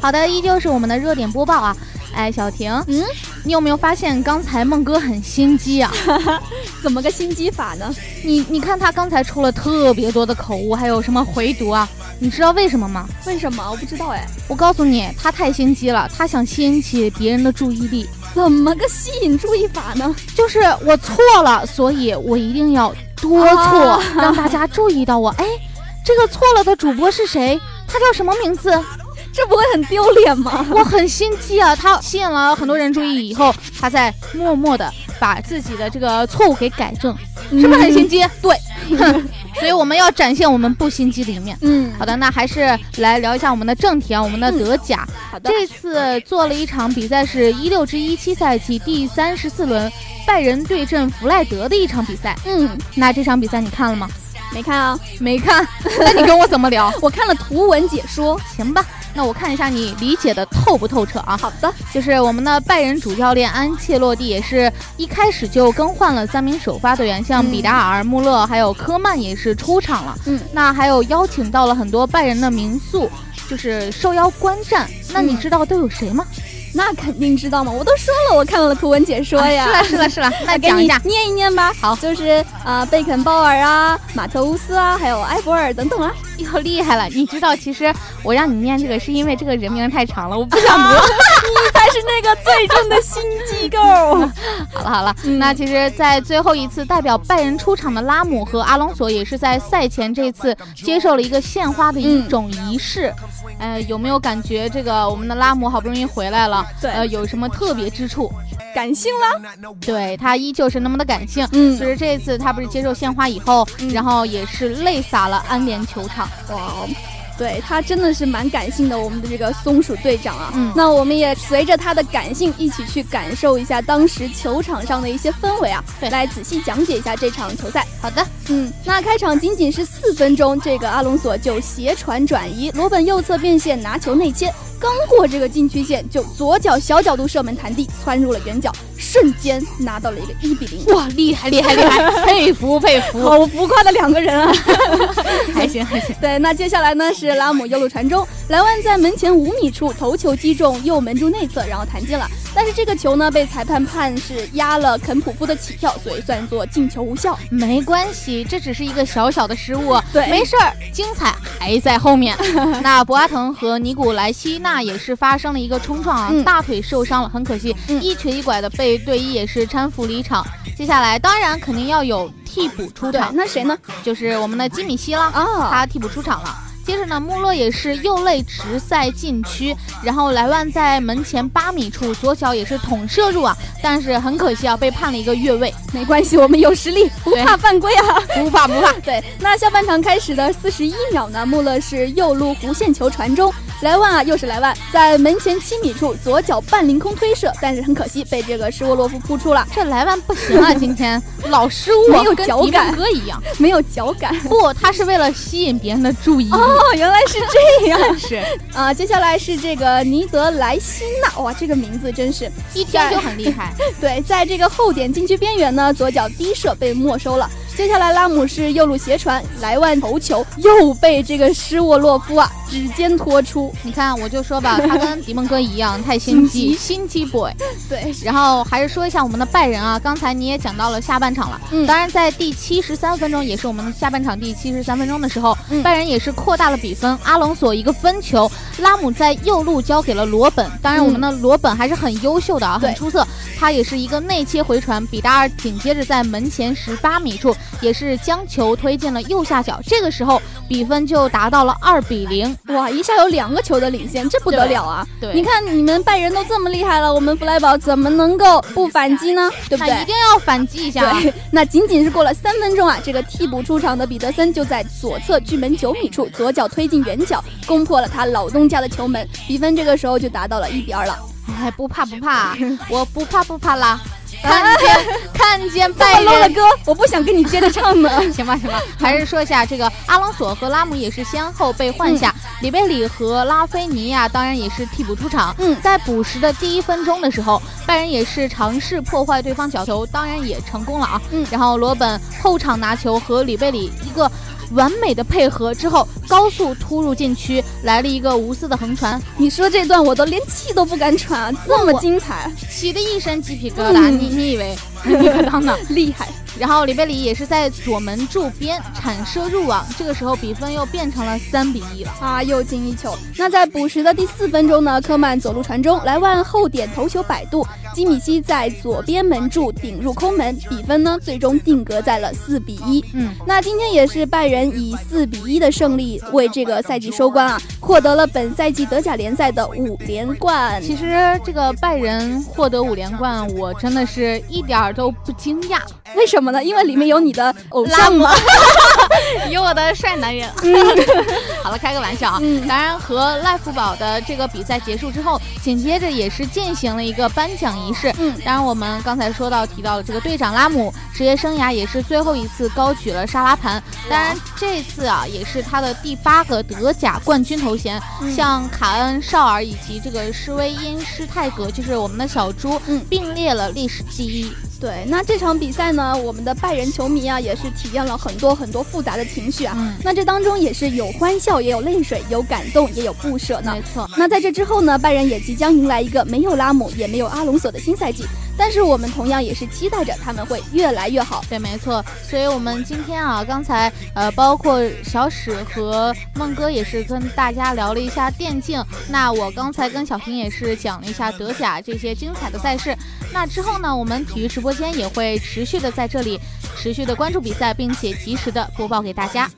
好的，依旧是我们的热点播报啊。哎，小婷，嗯，你有没有发现刚才孟哥很心机啊？怎么个心机法呢？你你看他刚才出了特别多的口误，还有什么回毒啊？你知道为什么吗？为什么我不知道哎？我告诉你，他太心机了，他想吸引起别人的注意力。怎么个吸引注意法呢？就是我错了，所以我一定要多错，啊让大家注意到我。哎，这个错了的主播是谁？他叫什么名字？这不会很丢脸吗？ 我很心机啊！他吸引了很多人注意以后，他再默默的把自己的这个错误给改正，嗯是不是很心机？对，哼所以我们要展现我们不心机的一面。嗯，好的，那还是来聊一下我们的正题啊，我们的德甲。好的，这次做了一场比赛，是一六至一七赛季第三十四轮拜仁对阵弗赖德的一场比赛。嗯，那这场比赛你看了吗？没看啊，没看， 那你跟我怎么聊？我看了图文解说。行吧，那我看一下你理解的透不透彻啊。好的，就是我们的拜仁主教练安切洛蒂也是一开始就更换了三名首发队员，像嗯比达尔、穆勒还有科曼也是出场了。嗯，那还有邀请到了很多拜仁的名宿，就是受邀观战。那你嗯知道都有谁吗？那肯定知道嘛，我都说了，我看了图文解说呀。啊是了是了 是了，那给讲你一下。念一念吧。好就是呃，贝肯鲍尔啊，马特乌斯啊，还有埃博尔等等啊。又厉害了，你知道，其实我让你念这个是因为这个人名太长了，我不想读。 你才是那个最正的新 机构。好了好了，嗯那其实，在最后一次代表拜仁出场的拉姆和阿隆索也是在赛前这次接受了一个献花的一种仪式。嗯呃，有没有感觉这个我们的拉姆好不容易回来了，对呃，有什么特别之处？感性了。对他依旧是那么的感性。嗯就是这次他不是接受献花以后，然后也是泪洒了安联球场。哇哦，对他真的是蛮感性的，我们的这个松鼠队长啊。嗯那我们也随着他的感性一起去感受一下当时球场上的一些氛围啊，对来仔细讲解一下这场球赛。好的，嗯，那开场仅仅是四分钟，这个阿隆索就斜传转移，罗本右侧边线拿球内切，刚过这个禁区线就左脚小角度射门弹地，窜入了远角，瞬间拿到了一个一比零。哇，厉害厉害厉 害，佩服佩服，好浮夸的两个人啊！还行还行。对，那接下来呢是拉姆右路传中，莱万在门前五米处头球击中右门柱内侧，然后弹进了。但是这个球呢被裁判判是压了肯普夫的起跳，所以算作进球无效。没关系，这只是一个小小的失误，对没事儿，精彩还在后面。 那博阿滕和尼古莱西纳也是发生了一个冲撞啊，嗯大腿受伤了，很可惜，嗯一瘸一拐的被队医也是搀扶离场。接下来当然肯定要有替补出对，场，那谁呢？就是我们的基米希啦，啊，他替补出场了。接着呢，穆勒也是右肋直塞禁区，然后莱万在门前八米处左脚也是捅射入啊，但是很可惜啊，被判了一个越位，没关系，我们有实力，不对怕犯规啊。不怕不怕。 对，那下半场开始的四十一秒呢，穆勒是右路弧线球传中，莱万啊又是莱万，在门前七米处左脚半凌空推射，但是很可惜被这个施沃洛夫扑出了，这莱万不行 啊，今天老失误，没有跟脚迪感文哥一样。没有脚感。 不，他是为了吸引别人的注意。哦，原来是这样。是啊，接下来是这个尼德莱辛纳，哇，这个名字真是 一听就很厉害。对，在这个后点禁区边缘呢，左脚低射被没收了。接下来拉姆是右路斜传，莱万头球又被这个施沃洛夫啊指尖拖出。你看，我就说吧，他跟迪梦哥一样，太心机，心机 boy。对，然后还是说一下我们的拜仁啊，刚才你也讲到了下半场了。嗯当然，在第七十三分钟，也是我们的下半场第七十三分钟的时候，嗯拜仁也是扩大了比分。阿隆索一个分球，拉姆在右路交给了罗本。当然，我们的罗本还是很优秀的啊，嗯对很出色。他也是一个内切回传，比达尔紧接着在门前十八米处也是将球推进了右下角。这个时候比分就达到了二比零。哇，一下有两个球的领先，这不得了啊！对你看你们拜仁都这么厉害了，我们弗莱堡怎么能够不反击呢？对不对那一？定要反击一下啊！对， 那仅仅是过了三分钟啊，这个替补出场的彼得森就在左侧距门九米处左脚推进远角，攻破了他老东家的球门，比分这个时候就达到了一比 二了。哎，不怕不怕，我不怕不怕 啦！看见看见这么拜 low 的仁，歌，我不想跟你接着唱 了。行吧行吧，还是说一下这个阿隆索和拉姆也是先后被换下，里贝里和拉菲尼亚当然也是替补出场。嗯在补时的第一分钟的时候，拜仁也是尝试破坏对方角球，当然也成功了啊。嗯然后罗本后场拿球和里贝里一个完美的配合之后，高速突入禁区，来了一个无私的横传，你说这段我都连气都不敢喘啊，这么精彩，起的一身鸡皮疙瘩。嗯你你以为 你可当呢？ 厉害！然后里贝里也是在左门柱边铲射入网，这个时候比分又变成了三比一了。啊，又进一球。那在补时的第四分钟呢，科曼左路传中，莱万后点头球摆渡，基米希在左边门柱顶入空门，比分呢最终定格在了四比一。嗯，那今天也是拜仁以四比一的胜利为这个赛季收官啊，获得了本赛季德甲联赛的五连冠。其实这个拜仁获得五连冠，我真的是一点儿都不惊讶。为什么呢？因为里面有你的偶拉像姆嘛。有我的帅男人。 好了，开个玩笑啊。嗯当然，和赖福宝的这个比赛结束之后，紧接着也是进行了一个颁奖仪式。 嗯当然，我们刚才说到提到了这个队长拉姆职业生涯也是最后一次高举了沙拉盘。当然，这次啊也是他的第八个德甲冠军头衔。嗯像卡恩、绍尔以及这个施威因施泰格，就是我们的小猪，嗯并列了历史第一。对，那这场比赛呢，我们的拜仁球迷啊，也是体验了很多很多复杂的情绪啊。嗯那这当中也是有欢笑，也有泪水，有感动，也有不舍呢没。错。那在这之后呢，拜仁也即将迎来一个没有拉姆也没有阿隆索的新赛季，但是我们同样也是期待着他们会越来越好。对，没错。所以我们今天啊，刚才呃，包括小史和孟哥也是跟大家聊了一下电竞。那我刚才跟小平也是讲了一下德甲这些精彩的赛事。那之后呢，我们体育直播间也会持续的在这里持续的关注比赛，并且及时的播报给大家。